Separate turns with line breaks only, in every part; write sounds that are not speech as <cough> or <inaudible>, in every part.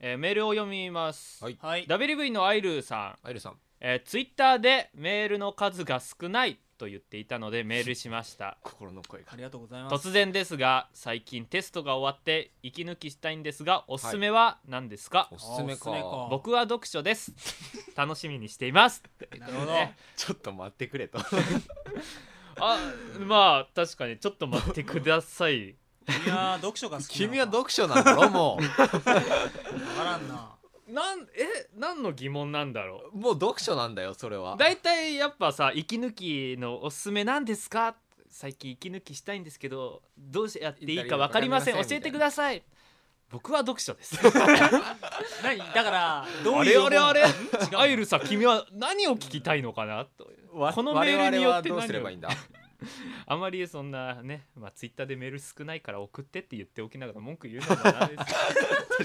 えーメールを読みます、
はい
はい。
WV のアイルーさん、
アイルさん
えー、ツイッターでメールの数が少ないと言っていたのでメールしました
心の声が
ありがとうございます。
突然ですが最近テストが終わって息抜きしたいんですがおすすめは何ですか、
おすすめか
おすすめか
僕は読書です楽しみにしています
なるほど。
ちょっと待ってく
<laughs>
れと
あまあ確かにちょっと待ってください
いやー、読書が好きなのか。
君は読書なんだろも
わからんな。
なんえ何の疑問なんだろ
うもう読書なんだよそれは
う大体やっぱさ息抜きのおすすめなんですか最近息抜きしたいんですけどどうしてやっていいか分かりません
わかりませ
教え
ん
てください僕は読書です <laughs>
何だから、ど
あ
う
れ
いうも
あ
ん。
れあれ
違う
アイルさん君は何を聞きたいのかなと
わ
このメールによって
我々はどう
何を
すればいいんだ <laughs>
あまりそんなね、まあ、ツイッターでメール少ないから送ってって言っておきながら文句言うのもなんです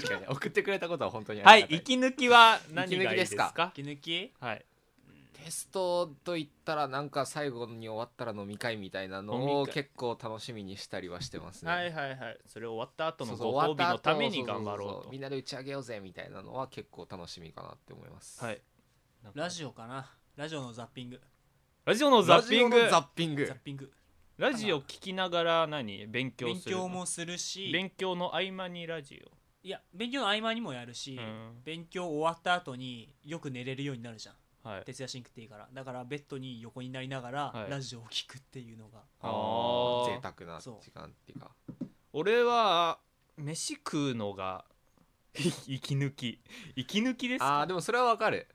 確かに送ってくれたことは本当にあ
は
り
い
がた
息抜きは何
息抜
がい
き
い
で
ですす
か
か
息抜き
はい
テストといったらなんか最後に終わったら飲み会みたいなの
飲
を
み会
結構楽しみにしたりはしてますね、
はいはいはいそれ終わった後
そ
の
うそう
ご
終
褒
わっ
美
た
の
後
ために頑
そ
張
そそ
ろう
みんなで打ち上げようぜみたいなのは結構楽しみかなって思います
とはいなんか
ラジオかな。ラジオのザッピング。
ラジオのザッピング
ラジオのザッピング
ザッピング。
ラジオ聞きながら何勉強
勉
するの
強もするし、
勉強の合間にラジ
いや、勉強の合間にもやるし
う、ん
勉強終わった後によく寝れるようになるじゃん。
オはい
徹夜しんくっていいから。だから、ベッドに横になりながら
は、い
ラジオを聞くっていうのが。
あ
あ
ー
ー
贅沢な時
そう
間っていうか
俺は飯食うのが <laughs> 息抜き息抜きです
あー
か
でもそれはわかる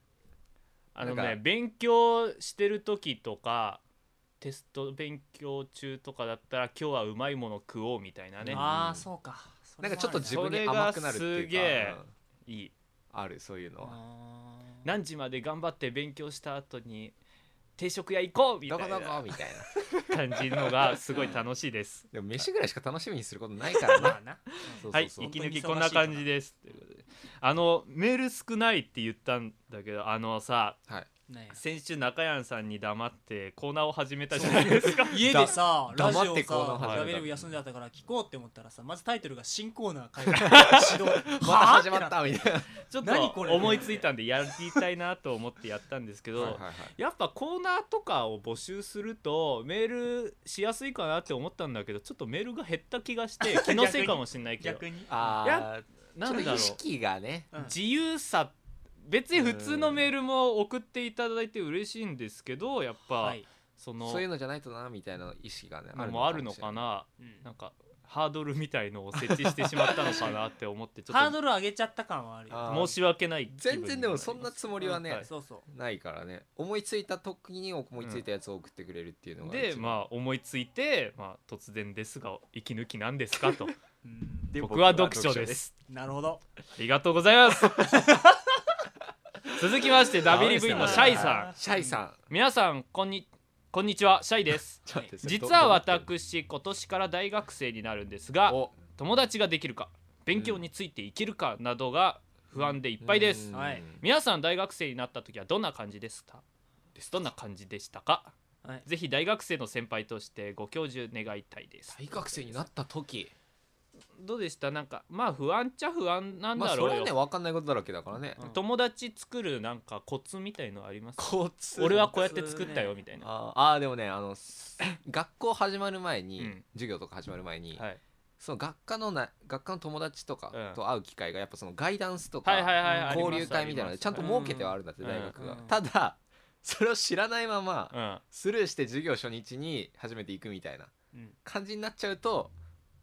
あの
なん
ね
か
勉強してる時とかテスト勉強中とかだったら今日はうまいもの食おうみたいなね
うん
ああ、そうか。そ
なん
れも
かち
ある
ょっと自分に甘くなるって
それ
いうか
がすげえ
うん
いい
あるそういうのは
あー
何時まで頑張って勉強した後に定食屋行こうみた
ど
い
こ
な
どこみたいな
<laughs> 感じのがすごい楽しいです。
<laughs> でも飯ぐらいしか楽しみにすることないからな
まあな。
そうそうそう
はい、
そう
息抜きこんな感じです。ということであのメール少ないって言ったんだけど、あのさ、
はい
ね
先週中谷さんに黙ってコーナーを始めたじゃないです
<laughs>
か。
家でさ、
だ
ラジ
黙っ
オ
てコーナー始め、
さ
た
ラベル休んであったから聞こうって思ったらさ、まずタイトルが新コーナー
<laughs>
開始。始動
また
はぁ
始まったみたいな
ちょっ
何ことれ
思いついたんでやりたいなと思ってやったんですけ
<laughs> は
ど
いはい、はい
やっぱコーナーとかを募集するとメールしやすいかなって思ったんだけど、ちょっとメールが減った気が
<laughs>
して気のせいかもしれないけど、
逆に。
い
あ
や
ー
な
ちょ
ん
っ
だろう
と意。識がね
うん
自由さ別に普通のメールも送っていただいて嬉しいんですけどやっぱ、
はい。
その
そういうのじゃないとなみたいな意識がね
のもあるのか
な
な
うん
なんかハードルみたいのを設置してしまったのかなって思ってちょ
ハー
っ
ドル上げちゃった感はあるよ。
あ
と申し訳ない気分
全
に
然でもそんなつもりは
は
ね
い
そうそう。
ないからね思いついた時に思いついたやつを送ってくれるっていうのが
で
あ
まあ思いついて、まあ、突然ですが息抜きなんですかと
うん
僕は読書です
なるほど。
ありがとうございます続きまして WV のシャイさん
シャイさん
皆さんこんにこんにちはシャイです
ちょっと待って
実は
ど
私今年から大学生になるんですが
お
友達ができるか勉強についていけるかなどが不安でいっぱいです、
うん
はい
皆さん大学生になった時はどんな感じでしたどんな感じでしたか
はい。
ぜひ大学生の先輩としてご教授願いたいです
大学生になった時
どうでしたなんかまあ不安っちゃ不安なん
まあ
だろ
そうれ
よ、
はね分かんないことだらけだからね
うん
友達作るなんかコツみたいのあります
交通
俺はこうやって作ったよみたいな、
あーあーでもね
<laughs>
あのす学校始まる前に、
うん
授業とか始まる前に、
はい、
その学科のな学科の友達と
う
か
ん
と会う機会がやっぱそのガイダンスとか、
はいはいはいはい
交流会みたいなのでちゃんと設けてはあるんだって
うん
大学が、
うん
ただそれを知らないまま
うん
スルーして授業初日に初めて行くみたいな
うん
感じになっちゃうと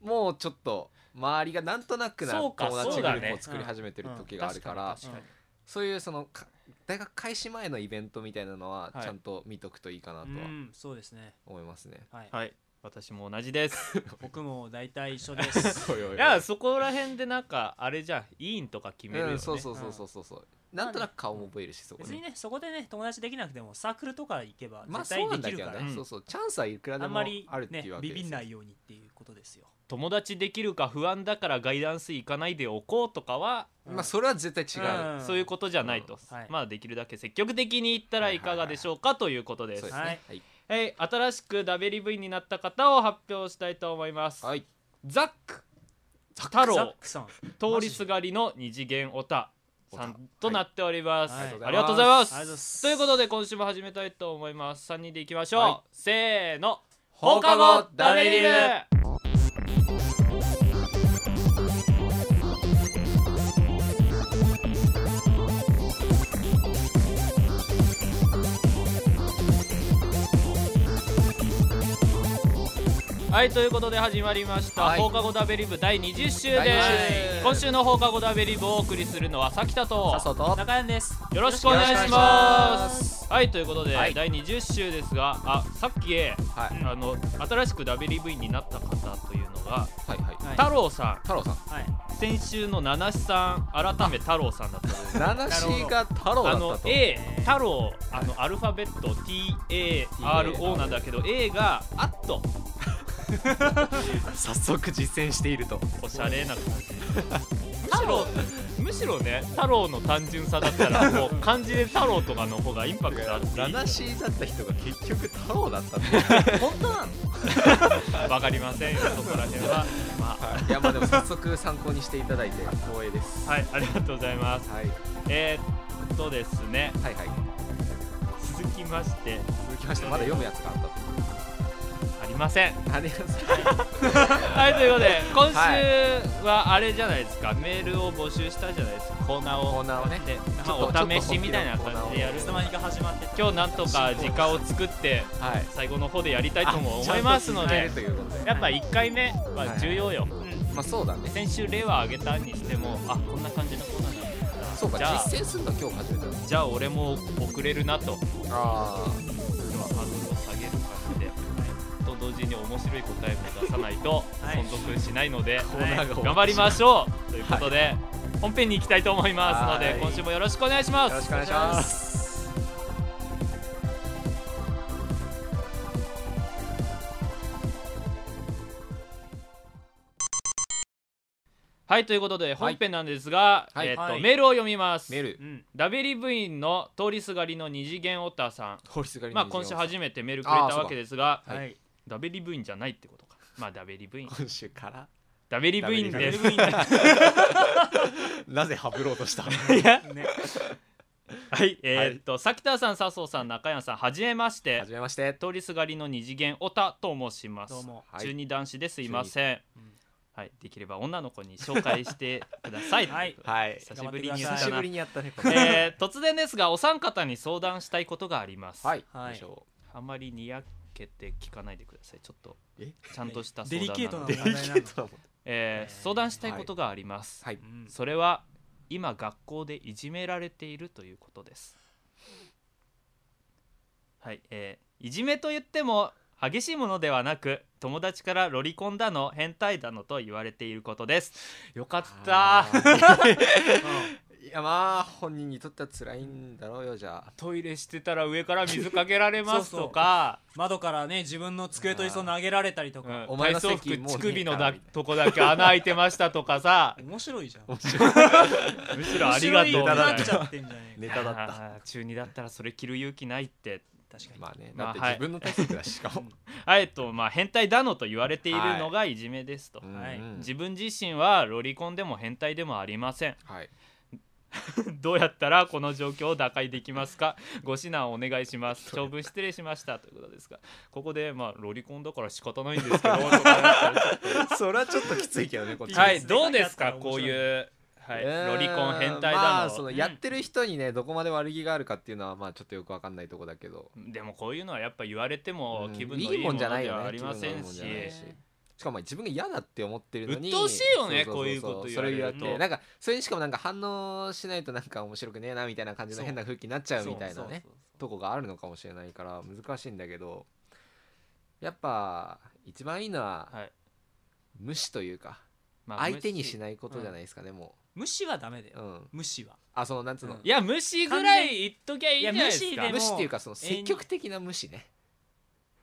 もうちょっと周りがなんとなくな
そう
友
か
達
そう
グル
だね
ープを作り始めてる時があるから
確かに確かに
そういうそのか大学開始前のイベントみたいなのは
はい
ちゃんと見とくといいかな
う
とは
ん、そうですね。
思いますね。
はい。
はい私も同じです
<laughs>
僕も大体一緒です。
おいおいおい
いやそこら辺でなんかあれじゃん委員とか決めるよね、
うん、そうそうそうそうそうそうなんとなく顔も覚えるしそこ
別
に
にね、そこでね、友達できなくてもサークルとか行けば
まあ
絶
そう
対
な
で
ん
き
だ
る
けど
から。
ね、
うん
そうそうチャンスはいくらで
あん
もあ
ま
る
り
って
ね
いうわ、け
ビ
です
ビ
よ
んないようにっていうことですよ。
友達できるか不安だからガイダンス行かないでおこうとかは、
まあそれは絶対違う、
うん
そういうことじゃないと、
うんはい
まあできるだけ積極的に行ったらいかがでしょうかということで
そう
す、
ですね
は
はいいは
は
い、
い新しく WV になった方を発表したいと思います、
はい、
ザック太
ザッ
郎
クさん
通りすがりの二次元オタさんとなっております、
はい
ありがとうございます、
ありがとうございます
ということで今週も始めたいと思います3人でいきましょう、
は
せーの
放課後ダメリル
はいということで始まりました、
はい
放課後ダベリブ第20週です、
第20週
今週の放課後ダベリブをお送りするのはさきたと
笹と
中山です
よろしくお願いし
よろしく
ま
お願い
す
します
はいということで、
はい
第20週ですがあさっきあ
はい
の新しく WV になった方というのが
はいはい
はい
太郎さ
太郎さん
は
ん先週の七七さん改め太郎さんだったという
七
七
七
子
が太郎
あ
だ
の
ったと
A 太郎あのアルファベット TARO なんだけど A があっと
早速実践していると
おしゃれな感
<laughs>
じ太郎むしろね太郎の単純さだったら
<laughs>
もう漢字で太郎とかの方がインパクトあっていい
七七だった人が結局太郎だったと
い本当なの
わかりませんよそこら辺はまあ
いやまあでも早速参考にしていただいて光栄です
はいありがとうございます
はい
えー、っとですね
はいはい
続きまして
続きましてまだ読むやつがあったと
ありません
何やつ
はいということで今週はあれじゃないですか、メールを募集したじゃないですかコーナーを
コーナーをね
で、
ちょ
ま
っと
あ、お試しみたいな感じでやる
いつの間にか始まって
今日なんとか時間を作って
はい
最後の方でやりたいとも思いますの
使え
で
るということで
やっぱ1回目は重要よ、
まあそうだね
先週例は挙げたにしてもあこんな感じのコーナーなんだ
そうか
じゃあ
実践するの今日初めてだ
じゃあ俺も遅れるなと
あ
ではハードルを下げる感じで、と同時に面白い答えも出さないと
はい
存続しないので、
ーナーが終わってしまう
頑張りましょうということで、本編に行きたいと思いますの
は
で
い
今週もよろしくお願いしま
よろし
す
くお願いします
はいということで本編なんですが、
はい
えっと
はい
メールを読みます
メール
うん
ダベリ部員の通りすがりの二次元オタさん
通りすがり
ま
の
あ今週
24
初めてメールくれた
あーそうか
わけですが
はい
はい
ダベリ部員じゃないってことかまあダベリ部員
今週から
ダベリ部員
ダ
で
ベ
す
リ
部員
なぜハブろうとした
<laughs> いや
ね
はい、えーっと、さきたさん、佐藤さん、中山さん、はじめまして
は。じめまして
通りすがりの二次元オタと申します。
どうも
はい
中二男子ですいません
二うん。
はい、できれば女の子に紹介してください。
はい
はい
久しぶりに言っ
久
た
し
な
ぶり。にやったねこれ
えー突然ですが、お三方に相談したいことがあります。
<laughs> はい
はい
よいしょ
あまりにやけて聞かないでください。ちょっと
え。
ちゃんとした
デ
相
リケー
談
ト
な
な
ので、
問題なの
だもん
えー相談したいことがあります。
はい
うん
それは今学校でいじめられているということですはいえーいじめと言っても激しいものではなく友達からロリコンだの変態だのと言われていることですよかった
<laughs> いやまあ本人にとっては辛いんだろうよ
<laughs>
じゃあ
<laughs> トイレしてたら上から水かけられます
そうそう
とか
窓からね自分の机と椅子を投げられたりとか
う
お
ん
前
体
の
操服
席もうね
乳首のだとこだけ穴開いてましたとかさ
面白いじゃん
面白い
むしろありがと
<laughs>
う
面白い
な
な
っ
っ
ち
ち
ゃ
ゃってんじゃねえ
ネ
った
タだっ
<laughs>
た
あー中2だったらそれ着る勇気ないって
か確かに
まあね
ま
だ
あ
って自分の体操だししか
<laughs>
も
あえっとまあ変態だのと言われているのがいじめですと、
はい
うん
自分自身はロリコンでも変態でもありません <laughs>
はい
どうやったらこの状況を打開できますか <laughs> ご指南をお願いします
<laughs>
長文失礼しましたということですがここでまあロリコンだから仕方ないんですけ
<laughs>
どとかなったら
それはちょっときついけどねこっち
ちょっとはい
いいです
<laughs>
ね
どうです
<laughs>
かこういう、はい、
えー
ロリコン変態だの,、
まあそのやってる人にねどこまで悪気があるかっていうのはまあちょっとよくわかんないとこだけど
でもこういうのはやっぱ言われても
うん
気分のいいものではありませ
いい
ん
もん
し
じゃないししかも自分が嫌だって思ってるのに
鬱陶しいよね
そそそ
こういうこと言
そ
われ
れ
る
言
と
われてなんかそれにしかもなんか反応しないとなんか面白くねえなみたいな感じの変な空気になっちゃうみたいなねとこがあるのかもしれないから難しいんだけどやっぱ一番いいのは
はい
無視というか
まあ
相手にし
い
ないことじゃないですかねも
無視はダメだ
う
よ
うん
無視は
あそのなんつうの
うん
いや無視ぐらい言っときゃいいんじゃないです
い
か
や無視で
無
も
視っていうかその積極的な無視ね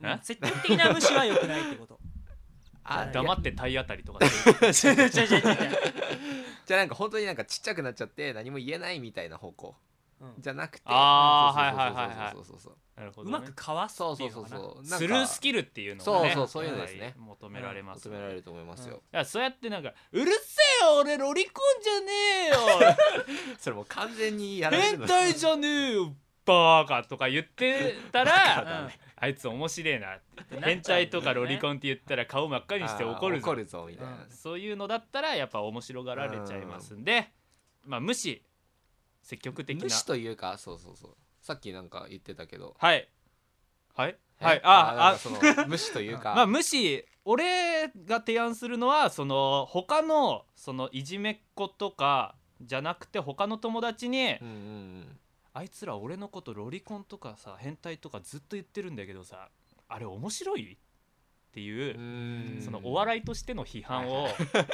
え
うん積極的な無視は良くないってこと
あ
いや
黙って体当たりとか
<laughs>
する
違う違う違う違う
じゃあなんか本当になんかちっちゃくなっちゃって何も言えないみたいな方向
うん
じゃなくて
あーはいはいはいはい
そうそうそうそう
なるほ
う
ど、ね、
まくかわす
そう
って
そ
いううの
そう
かな
そうなんか
スルースキルっていうのがね
そうそうそういうのですね
はい求められます
求
ね、
められると思いますよ
いやそうやってなんか「うるせえよ俺ロリコンじゃねえよ
それもう完全にやら <laughs> れる
変
の
態じゃねえよバーカ」とか言ってた
うん
<laughs>
らあいつ面白えなって変態とかロリ
ン
コンって言ったら顔真っ赤にして怒る
あー怒
ぞ
るぞみたいな、
うん
そういうのだったらやっぱ面白がられちゃいますんでまあ無視積極的
無
な
視というかそうそうそうさっきなんか言ってたけど
はいはいはい
え
ああ
なんかその無視というか、
まあ無視俺が提案するのはその他のそのいじめっ子とかじゃなくて他の友達に
うんうんうん
あいつら俺のことロリコンとかさ変態とかずっと言ってるんだけどさあれ面白いっていうう、
ーん
そのお笑いとしての批判を解い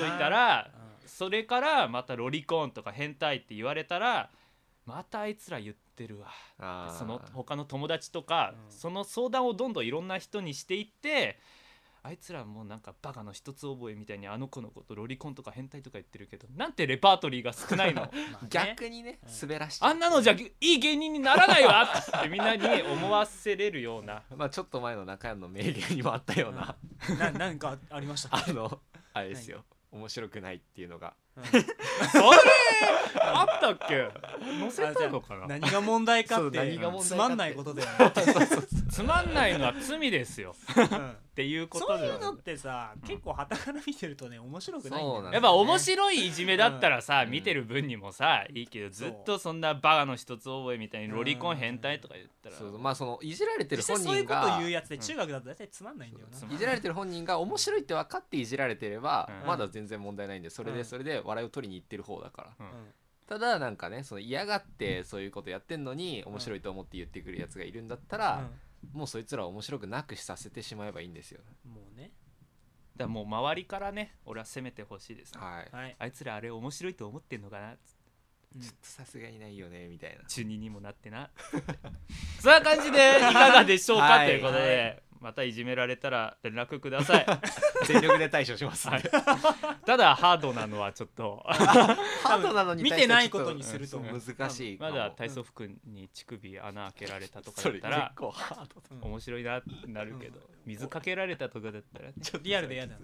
まあ
たら
う、ん
それからまたロリコンとか変態って言われたらまたあいつら言ってるわ
あー
その他の友達とか、
うん
その相談をどんどんいろんな人にしていってあいつらもうなんかバカの一つ覚えみたいにあの子のことロリコンとか変態とか言ってるけどなんてレパートリーが少ないの
まあね
逆にね
うん
滑らして
あんなのじゃいい芸人にならないわってみんなに思わせれるような
まあちょっと前の中山の名言にもあったような、
ななんかありまし
<laughs>
た
あ
か
のあれですよ面白くないっていうのが
それあったっけ載せたのかな
何が問題かっ
そう何
て
が問題かって
つまんないことだよね
つまんないのは罪ですよ
うん
っていうこと
そう
で
いうのってさ結構はたから見てるとね面白くないんだよ
そうなん
や
だ
ね
っぱ面白いいじめだったらさ、
うん
見てる分にもさいいけどずっとそんなバカの一つ覚えみたいにロリコン変態とか言ったら、
そうまあそのいじられてる
実際
本
そういう
人
こ
が
と言うやつで中学だと大体つまんないんだよ
そう
な
うんいじられてる本人が面白いって分かっていじられてれば、
うん
まだ全然問題ないんでそれ
う
で
ん
それで笑いを取りに行ってる方だから、
うん
ただなんかねその嫌がってそういうことやってんのに面白いと思って言ってくるやつがいるんだったら、もうそいつらを面白くなくさせてしまえばいいんですよ、
うんもうね
だからもう周りからね俺は責めてほしいです、ね
はい
はい
あいつらあれ面白いと思ってんのかな
ちょっとさすがにないよねみたいな <laughs>
中二にもなってな <laughs> そんな感じでいかがでしょうか、
はい
ということで、
は
またいじめられたら連絡くださ
<laughs>
い
全力で対処します、
はいただハードなのはちょっと
ハードなのに
見
対
て
して
ない
ちょ
こ
っ
とにすると
うん
思う
難しいか
ま
も
だ体操服に乳首穴開けられたとかだ
そ
っ
れ
た
結
ら
構ハード
うん
面白いなってなるけど水かけられたとかだったらね
ちょっとリアルで嫌だな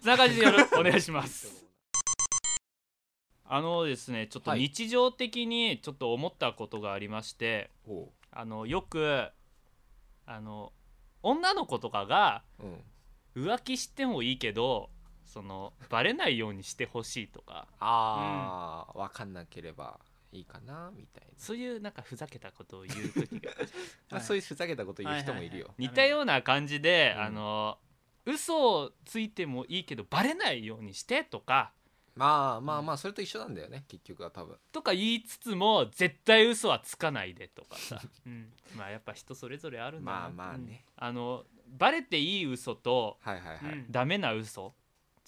そんな感じでよろお願いします。 <laughs> あのですねちょっと
はい
日常的にちょっと思ったことがありまして、
おう
あのよくあの女の子とかが
うん
浮気してもいいけどそのバレないようにしてほしいとか
ああ、分かんなければいいかなみたいな、
そういうなんかふざけたことを言う時 <laughs> が
まあ、そういうふざけたこと言う人もいるよ、
似たような感じで、
うん
あの嘘をついてもいいけどバレないようにしてとか
まあまあまあそれと一緒なんだよね結局は多分
とか言いつつも絶対嘘はつかないでとか
<laughs>
さ、うん、まあやっぱ人それぞれあるんだな
まあまあね、
あのバレていい嘘と
はいはいはい、
うん
ダメな嘘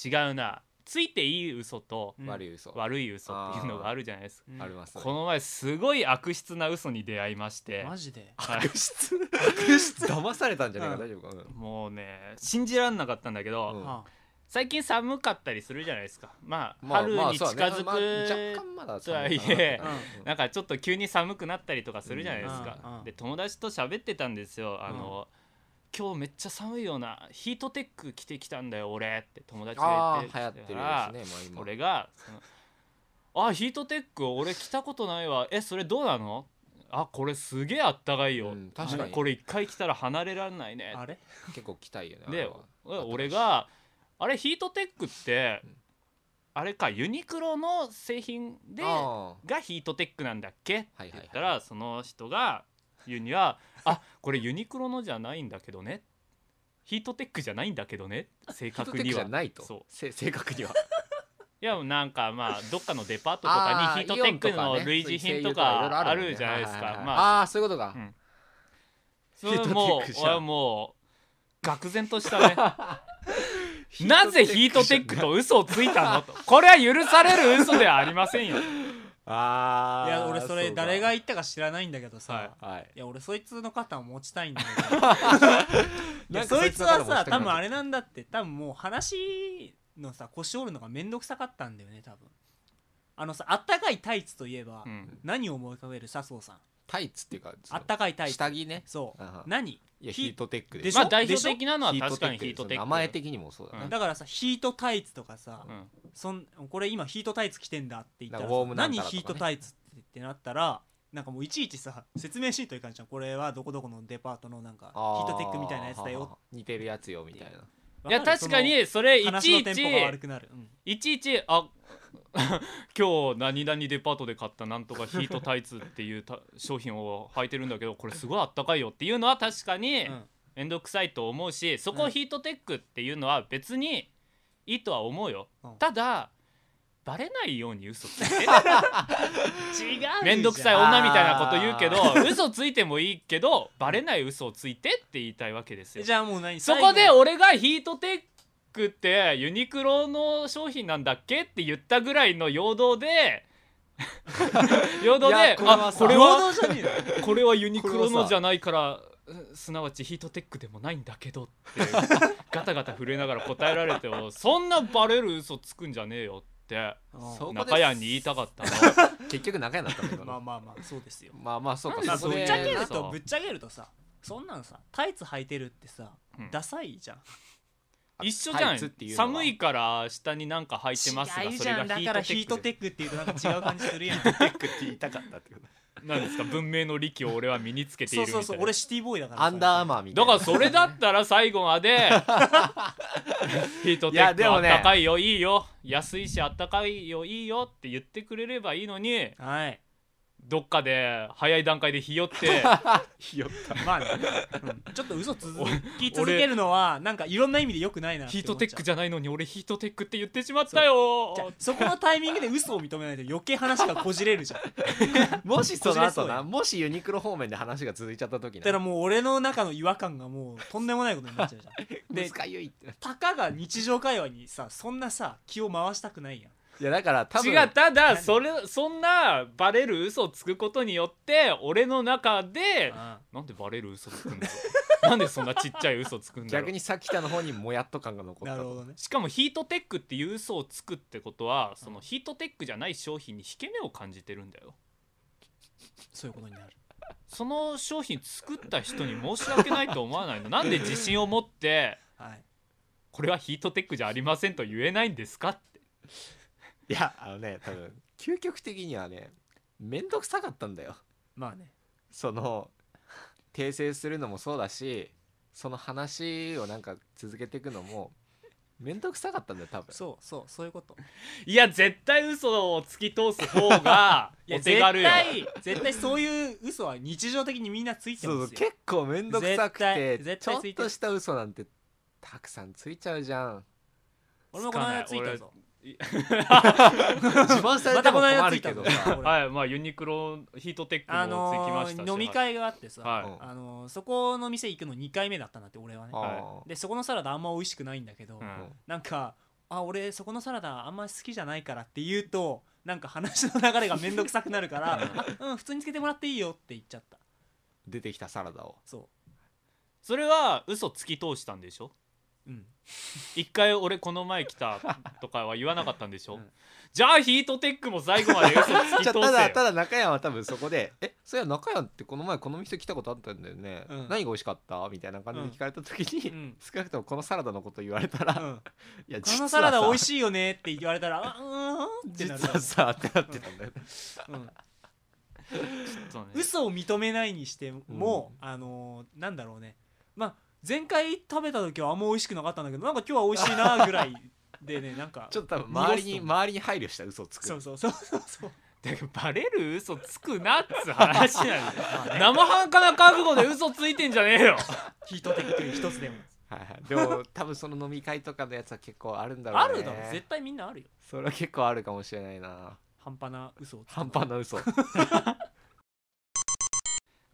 違うなついていい嘘と
うん
悪い嘘、
悪い嘘っていうのがあるじゃないですか
うん
ありますね
この前すごい悪質な嘘に出会いまして
マジで
はい
悪質悪質 <laughs> 騙されたんじゃないか、
うん
大丈夫か、うん
もうね信じらんなかったんだけど、
うん
あ
最近寒かったりするじゃないですかまあ、
まあ
春
まあ
に近
そうだねまあ
づ
若
く
干まだ
とは
寒
いえ
いかなって感じうん
なんかちょっと急に寒くなったりとかするじゃないです
うんうん
か、
うん
で友達と喋ってたんですよあの、今日めっちゃ寒いようなヒートテック着てきたんだよ俺って友達が
あ
言って
あ流行ってる
から
ですね、まあ、今
俺がその「あヒートテック俺着たことないわえそれどうなのあこれすげえあったかいよ、
うん確かに
これ一回着たら離れられないね
あれ
結構来たいよねあれ
で
は
お俺が「あれヒートテックって
うん
あれかユニクロの製品で
あー
がヒートテックなんだっけ?」って
はいはいはい
言ったらその人が言うには「あこれユニクロのじゃないんだけどね」ヒートテックじゃないんだけどね正
ヒート
確
テック
に
じ
は
ゃないと
そう <laughs>
せ正確にはい
やなんかまあどっかのデパートとかにヒートテックの類似品とかあるじゃないですかまあ
ああーそういうことか、
うんそ
ヒ
れ
ートテ
も
ック
う
じゃん
俺はもう愕然とした
<laughs>
ねなぜヒートテックと嘘をついたのとこれは許される嘘ではありませんよ
ああ
いや俺それ誰が言ったか知らないんだけどさ
はい
いや俺そいつの肩を持ちたいんだけどい
な
や
んか
そいつはさ多分あ
れ
れなんだって多分もう話のさ腰折るのが面倒くさかったんだよね多分あのさあったかいタイツといえば、
うん
何を思い浮かべる笹生さん
タイツっていうかそ
あ
の
ったかいタイツ
下着ね
そう
あはい
何
いやヒートテック
で
で
しょ
まあ代表的なのは確かにヒートテック
名前的にもそうだね、
うん
だからさヒートタイツとかさ、
うん
そんこれ今ヒートタイツ着てんだって言ったら
なんかウォー
さ
ムなん
何
たらとか
ヒ
ね
ートタイツってってなったらなんかもういちいちさ説明しんといかんじゃんこれはどこどこのデパートのなんかヒ
あ
ートテックみたいなやつだ
は
よ
は似てるやつよみたいな
うんいや
わる
確かにそれい
その
ち
話
い
の
ち
テンポが悪くなる、うん
いちいちあ <laughs> 今日何々デパートで買ったなんとかヒートタイツっていうた商品を履いてるんだけどこれすごいあったかいよっていうのは確かに
うん
面倒くさいと思うしそこ
う
を
ん
ヒートテックっていうのは別にいいとは思うよ、
うん
ただバレないように嘘つい
<laughs>
て
違うじゃん
面倒くさい女みたいなこと言うけど嘘ついてもいいけどバレない嘘をついてって言いたいわけですよ
じゃあもう何
そこで
最後
俺がヒートテックってユニクロの商品なんだっけって言ったぐらいの陽動で陽動
い
で
やこれは
あ
さ
これ
平
は
等じゃねえの
これはユニクロ
これは
の
さ
じゃないからうんすなわちヒートテックでもないんだけどってガタガタ震えながら答えられてもそんなバレる嘘つくんじゃねえよって
うん
そうこで
中谷に言いたかったの
結局仲屋だったんだけど
まあ
な
まあまあそうですよ
まあまあそうか
ま
ま
あ
あ
そこ
ぶ
で
っちゃける
そ
と
う
ぶっちゃけるとさそんなんさタイツ履いてるってさ、
うん
ダサいじゃん
一緒じゃ
タ
ん
イツっていうのは
寒いから下になんか履いてますが
違う
そ
じ
れ
ゃ
が
んだからヒートテックって言うとなんか違う感じするやんそ
ックって言いたかったってこと
なんですか文明の利器を俺は身につけている
う
みたい
そ
な
うそう俺シティボーイだから
アンダーアー
マ
マーみ
だ
たい
か
な
らそれだったら最後まで
<laughs>
ヒートテックあったかいよいいよ安いしあったかいよいいよって言ってくれればいいのに
はい
どっかで早い段階でひよって
<laughs> ひよった
まあね、うんちょっと嘘続き続けるのはなんかいろんな意味でよくないなって
ヒ
思
ート
っちゃう
テックじゃないのに俺ヒートテックって言ってしまったよ
じゃあそこのタイミングで嘘を認めないと余計話がこじれるじゃんだ
もしそ
こじ
の
れそう
後
や
なもしユニクロ方面で話が続いちゃった時
から
な
もう俺の中の違和感がもうとんでもないことになっちゃう
<laughs>
じゃんで
難しいってな
たかが日常会話にさそんなさ気を回したくないやん
いやだから多分
違うただそれそんなバレる嘘をつくことによって俺の中でなんでバレる嘘つくんだろうなんでそんなちっちゃい嘘つくんだろう
逆にさっきたの方にもやっと感が残っ
な
た
る
と
ほどね
しかもヒートテックっていう嘘をつくってことはそのヒートテックじゃない商品に引け目を感じてるんだよ
そういうことになる
その商品作った人に申し訳ないと思わないのなんで自信を持って
はい
これはヒートテックじゃありませんと言えないんですかって
いやあのね多分究極的にはね面倒くさかったんだよ
まあね
その訂正するのもそうだしその話をなんか続けていくのも面倒くさかったんだよ多分
そうそうそういうこと
いや絶対嘘を突き通す方
<laughs>
が
いや
お手軽よ
絶対絶対そういう嘘は日常的にみんなついて
そうそ
ま
う
すよ
結構面倒くさくて
絶対絶
ちょ
対
っ
ついてる
とした嘘なんてたくさんついちゃうじゃ
<laughs>
ん
俺もこの間ついたぞ
自慢されて
また
も
この
困
間つ
る
い
け
た
ど
ぞ俺
はいまあユニクロヒートテック
あ
もつきま
の
したし、
ー飲み会があってさ
はい、
うん
あのーそこの店行くの2回目だったんだって俺はね
あ
でそこのサラダあんま美味しくないんだけど、
うん
なんかあ俺そこのサラダあんま好きじゃないからって言うとなんか話の流れが面倒くさくなるから
<laughs>
「あうん普通につけてもらっていいよ」って言っちゃった
ー出てきたサラダを
そ
それは嘘突き通したんでしょ
ううん
一回俺この前来
<laughs>
たとかは言わなかったんでしょ、
うん
じゃあヒートテックも最後まで嘘
<laughs>
突き
じ
通
ゃあ
せ
ただた
よ
だ中山は多分そこで <laughs> 「えそれは中山ってこの前この店来たことあったんだよね、
う
何
ん
が美味しかった?」みたいな感じで聞かれた時に、
うん
<laughs> 少なくともこのサラダのこと言われたら「
うん
いや
このサラダ美味
い
しいよねって言われたら「あうん」って
実
なるか
は
ら
さ」ってなってたんだよね、
うん
そうね
嘘を認めないにしても、あのーなんだろうねまあ前回食べた時はあんま美味しくなかったんだけどなんか今日は美味しいなぐらいでねなんか
<laughs> ちょっと多分周りに
濁すと
周りに配慮した嘘をつく
そうそうそうそうそう
だからバレる嘘つくなっつ話なんだ
<laughs>
よ生半可な覚悟で嘘ついてんじゃねえよ
ヒートテック一つでも
はいはい、でも多分その飲み会とかのやつは結構あるんだろ
あ
うね
るだろ絶対みんなあるよ
それは結構あるかもしれないな
半端な嘘をつく
半端な嘘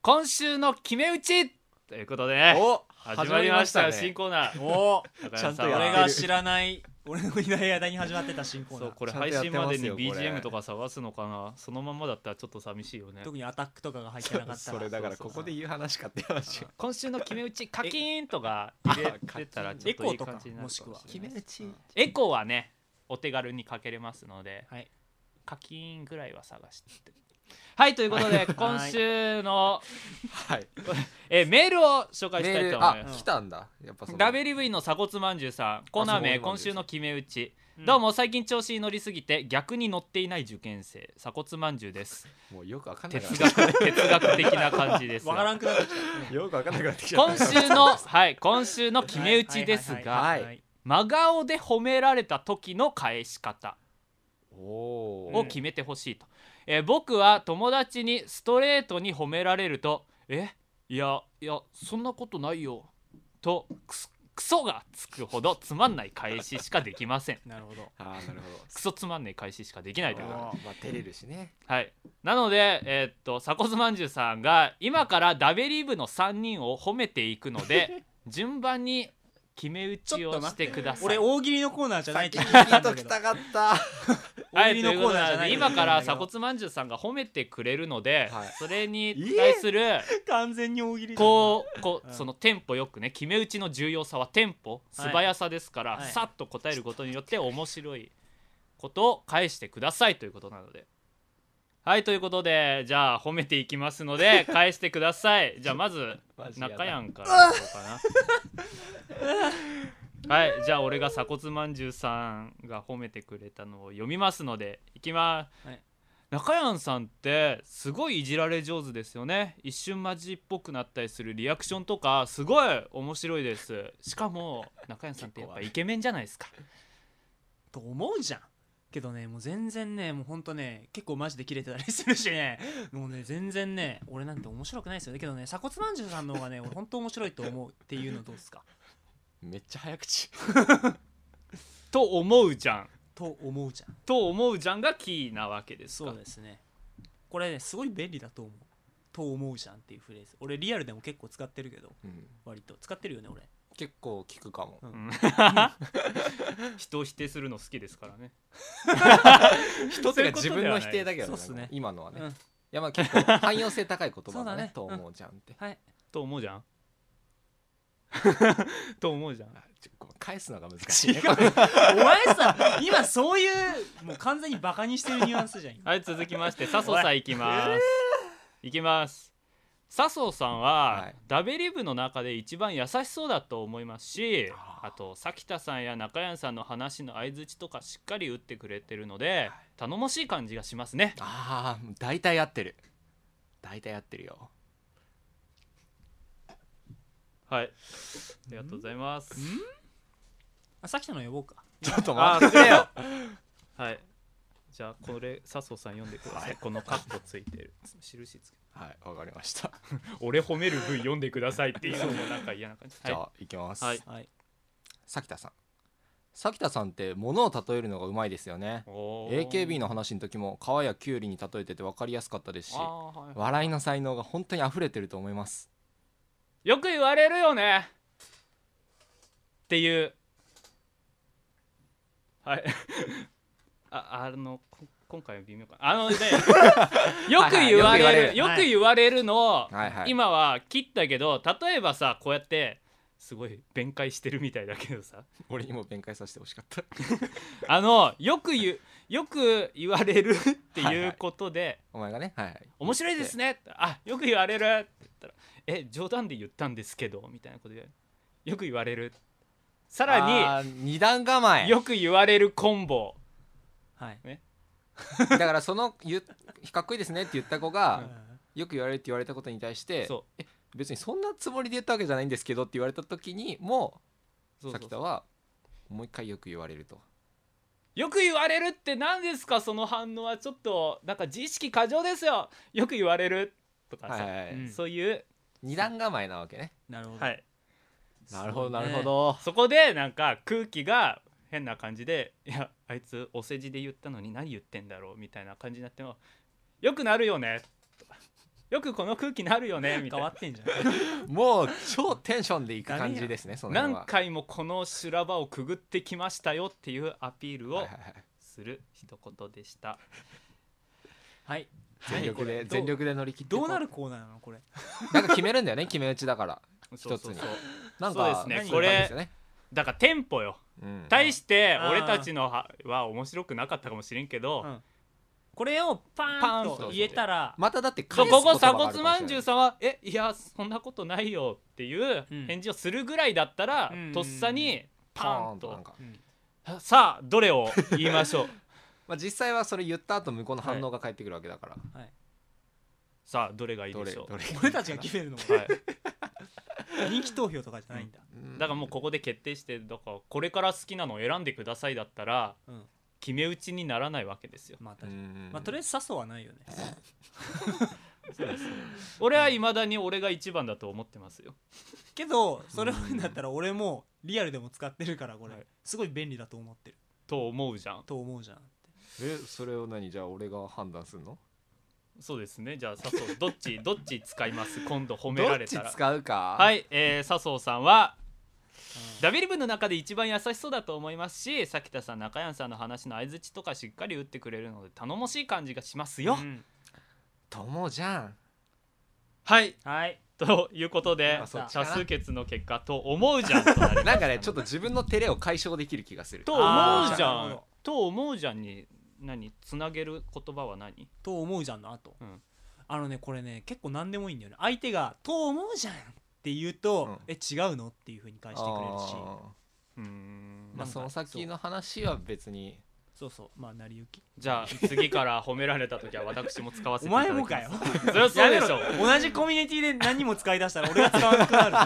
今週の決め打ちということで
お
始まりましたよ新
ね、
コーナー
お
高山さ
ちゃんとやって
俺
る
が知らない俺のいない間に始まってた新コー
そ
ナ
う
ー
これ
ちゃんと
配
やっ
信
てますよ
までに
これ
BGM とか探すのかなそのままだったらちょっと寂しいよね
特にアタックとかが入ってなかったら
そそれだからここで
そう
言う話かって話が
今週の決め打ちカキーンとか入れてたらちょっといい感じになる
エコーとかもしくは
決め打ち
うん
エコーはねお手軽にかけれますので
はい
課金ぐらいは探してってはいということで今週の、
はい
えーメールを紹介したい
メー
と
ル
思い
あ
ま
来たんだやっぱそ
す
の
WV の鎖骨まんじゅうさんコーナー名
あそうなん
今
です
週の決め打ちどうも最近調子に乗りすぎて逆に乗っていない受験生鎖骨まんじゅうです
もうよくわかんない
哲学哲学的な感じです
わからんくなってきた
よくわかんなくなってきちゃ
今
った
週のはい今週の決め打ちです
はい
が
はいはいはい
真顔で褒められた時の返し方
お
を
ー
決めてほしいと、えー僕は友達にストレートに褒められると「えいやいやそんなことないよ」とクソクソがつくほどつまんない返ししかできません <laughs>
なるほど
あーなるほど
クソつまんない返ししかできないということ
あーまあ照れるしね
はい、なので、えーっと鎖骨まんじゅうさんが今からダベリブの3人を褒めていくの
<laughs>
で順番に決め打ちをしてくださ
俺
い。
大喜利のコーナーじゃないって
聞
聞いた
き
んだ
と
け
き
ど
たかった
は
大
い、
喜利
と
の
いう
コ
こ
ー
と
ナー
な
じゃ
の
ない
で今
って聞いたんだけど
から鎖骨まんじゅうさんが褒めてくれるので、
はい
それに対する、
完全に大喜利だ
こうこう
うん
そのテンポよくね決め打ちの重要さはテンポ素早さですから、
はい
さっと答えることによって面白いことを返してくださいということなのではいということでじゃあ褒めていきますので返してくださいじゃあまず
マジやだ
中やんからいこうかな <laughs> はいじゃあ俺が鎖骨まんじゅうさんが褒めてくれたのを読みますのでいきます、
はい
中やんさんってすごいいじられ上手ですよね一瞬マジっぽくなったりするリアクションとかすごい面白いですしかも中やんさんってやっぱイケメンじゃないですか
と思うじゃんけどねもう全然ねもうほんとね結構マジでキレてたりするしね <laughs> もうね全然ね俺なんて面白くないですよねけどね鎖骨まんじゅうさんの方がね俺ほんと面白いと思うっていうのどうですか
めっちゃ早口
と思うじゃん
と思うじゃん
と思うじゃんがキーなわけですか
そうですねこれねすごい便利だと思うと思うじゃんっていうフレーズ俺リアルでも結構使ってるけど
うん
割と使ってるよね俺
結構聞くかも
うん <laughs> 人を否定するの好きですからね
人っていうか自分の否定だけど
そうっすね
今のはね
うん
いやまあ結構汎用性高い言葉だ
そうだね
ねと思うじゃんって
はい
と思う <laughs> じゃんと思うじゃん
あちょごめん返すのが難しいねこれ
お前さ今そういうもう完全にバカにしてるニュアンスじゃん今
はい続きまして笹生さんいきます、いきます笹生さんは、
はい
ダベリブの中で一番優しそうだと思いますし
あー
あと咲田さんや中谷さんの話の相づちとかしっかり打ってくれてるので頼もしい感じがしますね
ああ大体合ってる大体合ってるよ
はいありがとうございます
あさっきの呼ぼうか
<laughs> ちょっと
あ
待
ー
ってよ
<laughs> はいじゃあこれ笹生さん読んでくださいこのカッコついてる印つけ
はいわかりました
俺褒める文読んでくださいっていうのもなんか嫌な感じ
じゃ
は
あいきます
はい
<laughs> はい
咲田さん咲田さんって物を例えるのがうまいですよね
いおー
AKB の話の時も皮やきゅうりに例えてて分かりやすかったですし
あーはい
笑いの才能が本当に溢れてると思います
よく言われるよねっていうはい <laughs> ああのこ今回は微妙かあのねよく言われるよ
はい
く
はい
言われるのを、
はいはい
今は切ったけど例えばさこうやってすごい弁解してるみたいだけどさ
俺にも弁解させてほしかった
あのよく言うよく言われるっていうことで、
お前がねはいはい
面白いですねあよく言われるって言ったらえ冗談で言ったんですけどみたいなことでよく言われるさ
さ
ら
二段構え
によく言われるコンボ
はい
だからそのゆかっこいいですねって言った子が、よく言われるって言われたことに対して
そ
別にそんなつもりで言ったわけじゃないんですけどって言われた時にも
うそうう
咲
そ
田
う
はもう一回よく言われると
よく言われるって何ですかその反応はちょっとなんか自意識過剰ですよよく言われるとかさ、
はいはいはい
うんそういう、
二段構えなわけね
なるほど
はい、
なるほどな
そうね
るほど
そこでなんか空気が変な感じでいやあいつお世辞で言ったのに何言ってんだろうみたいな感じになってもよくなるよねとかよくこの空気なるよねみたい
変わ
な
ってんじゃん
もう超テンションでいく感じですねその辺は
何回もこの修羅場をくぐってきましたよっていうアピール
はい
を
はいはい
する一言でした
はい
全力
は
で
いこれ
全力で乗り切って
ど
こ
うなるコーナーなのこれ
なんか決めるんだよね決め打ちだから
そうそう
一つに
そう
なん
そうで
か
すね
なんか
これ
いい感じですよね
だからテンポよ
うん
対して
あー
俺たちのはは面白くなかったかもしれんけど、
うんこれをパ
パー
ーン
ン
と
と
言えたら
まただって
そう
返す
こ
言葉
こ
があ
鎖
る
骨
かもしれない
まんじゅうさんは「えいやそんなことないよ」っていう
うん
返事をするぐらいだったら、
うん
とっさにパーンと
なんか、
うん
さあどれを言いまし
<laughs>
ょう
まあ、実際はそれ言った後向こうの反応が返ってくるわけだから、
はい
さあどれがいい
ど
で
れ
しょう
どれ
俺たちが決めるのも
はい、
人気投票とかじゃないんだ
うん
だからもうここで決定してだからこれから好きなのを選んでくださいだったら
うん
決め打ちにならないわけですよ
まあ確
う
かに
ん
まあとりあえず笹生はないよね
俺はいまだに俺が一番だと思ってますよ
けどそれを言うんだったら俺もリアルでも使ってるからこれ
はい
すごい便利だと思ってる
と思うじゃん
と思うじゃん
えそれを何じゃあ俺が判断するの
そうですねじゃあ笹生どっちどっち使います今度褒め
ど
ら
っ
れ
ち
たら
使うか、
はいい、えー、笹生さんはダビリブの中で一番優しそうだと思いますし咲田さん中山さんの話の相づちとかしっかり打ってくれるので頼もしい感じがしますよ、
うん
ともじゃん
はい
はい
ということで
あそっちか
多
な
数決の結果と思うじゃんとな
<laughs>
り
なんかねちょっと自分の照れを解消できる気がする
と思うじ
あーな
ゃ
る
ん
ほ
と思うじゃんに何つなげる言葉は何
と思うじゃんの後
うん
あのねこれね結構何でもいいんだよね相手が「と思うじゃん!」って言うと
う
「え違うの?」っていうふうに返してくれるし
あ
うーん
ーまあ、その先の話は別に
そうそうまあ成り行き
じゃあ次から褒められた時は私も使わせて
お
いただき
前
ます
もか
そ
よ
りゃ <laughs> そうでしょ
やめろ同じコミュニティで何も使い出したら俺が使わなくなるぞ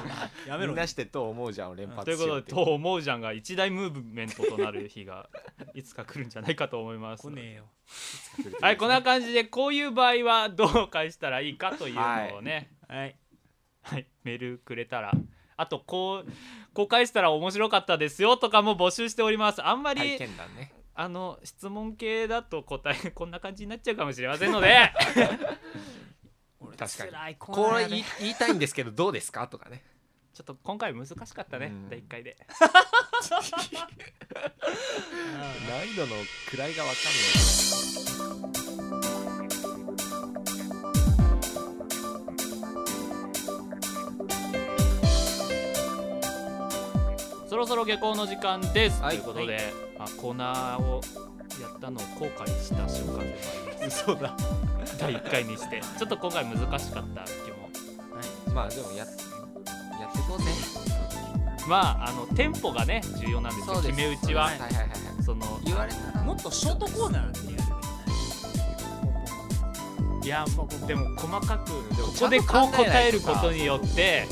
やめ
み
ろ
んなしてと思うじゃんを連
と
発
いう
し
こ
よう
とで「
って
と思うじゃん」が一大ムーブメントとなる日がいつか来るんじゃないかと思います
来ねえよ
<laughs>
はいこんな感じでこういう場合はどう返したらいいかというのをね、
はい
はいメールくれたらあとこうこう返したら面白かったですよとかも募集しておりますあんまり、
体験談ね
あの質問系だと答えこんな感じになっちゃうかもしれませんの
<laughs>
で
俺
確かに
辛いコー
こ
ナー
れ
やね
言い言いたいんですけどどうですかとかね
ちょっと今回難しかったね
うん
第1回で
<laughs>
難易度の位が分かんない
そろそろ下校の時間です、
はい
ということで、まあ、コーナーをやったのを後悔した瞬間でもあります
そうだ
第1回にしてちょっと今回難しかった気も
まあでもややってこうぜ
まああのテンポがね重要なんですよ
そうです
決め打ちは、
はいはいはいはい
その
言われたら
もっとショートコーナーってやるべきだね
いやもうでも細かく
で
こ
も
こでこう
ちゃんと考えないとさ
答えることによって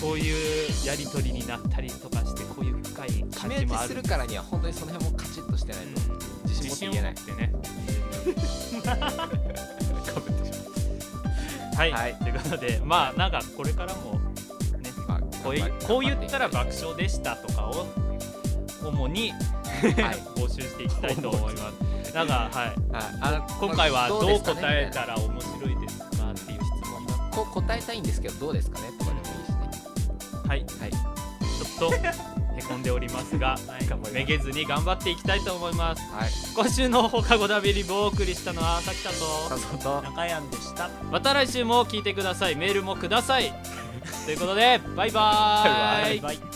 こういうやり取りになったりとかしてこういう深い
決
感
め
じも
打
あ
ち
る
するからには本当にその辺もカチッとしてないと
うん
自信持
自
って
信を
言
持
え
って
ない
<laughs> ねかぶってしまったはい、
はい
ということでまあなんかこれからもね
まあ
こういこう言ったら爆笑でしたとかを主に
はい
募集していきたいと思います。なんかはい
はいあの
<laughs> 今回はど
で
う
すかね
答えたら面白いですかっていう質問が
こう答えたいんですけどどうですかねとかでもいいしね
はい
はい
ちょっとへこんでおります
<laughs>
が、めげずに頑張っていきたいと思います。
はい
今週の放課後ダビリブをお送りしたのはき田
さ
と
すと
中山でした
また来週も聞いてくださいメールもくださいということでバイバーイ
バイ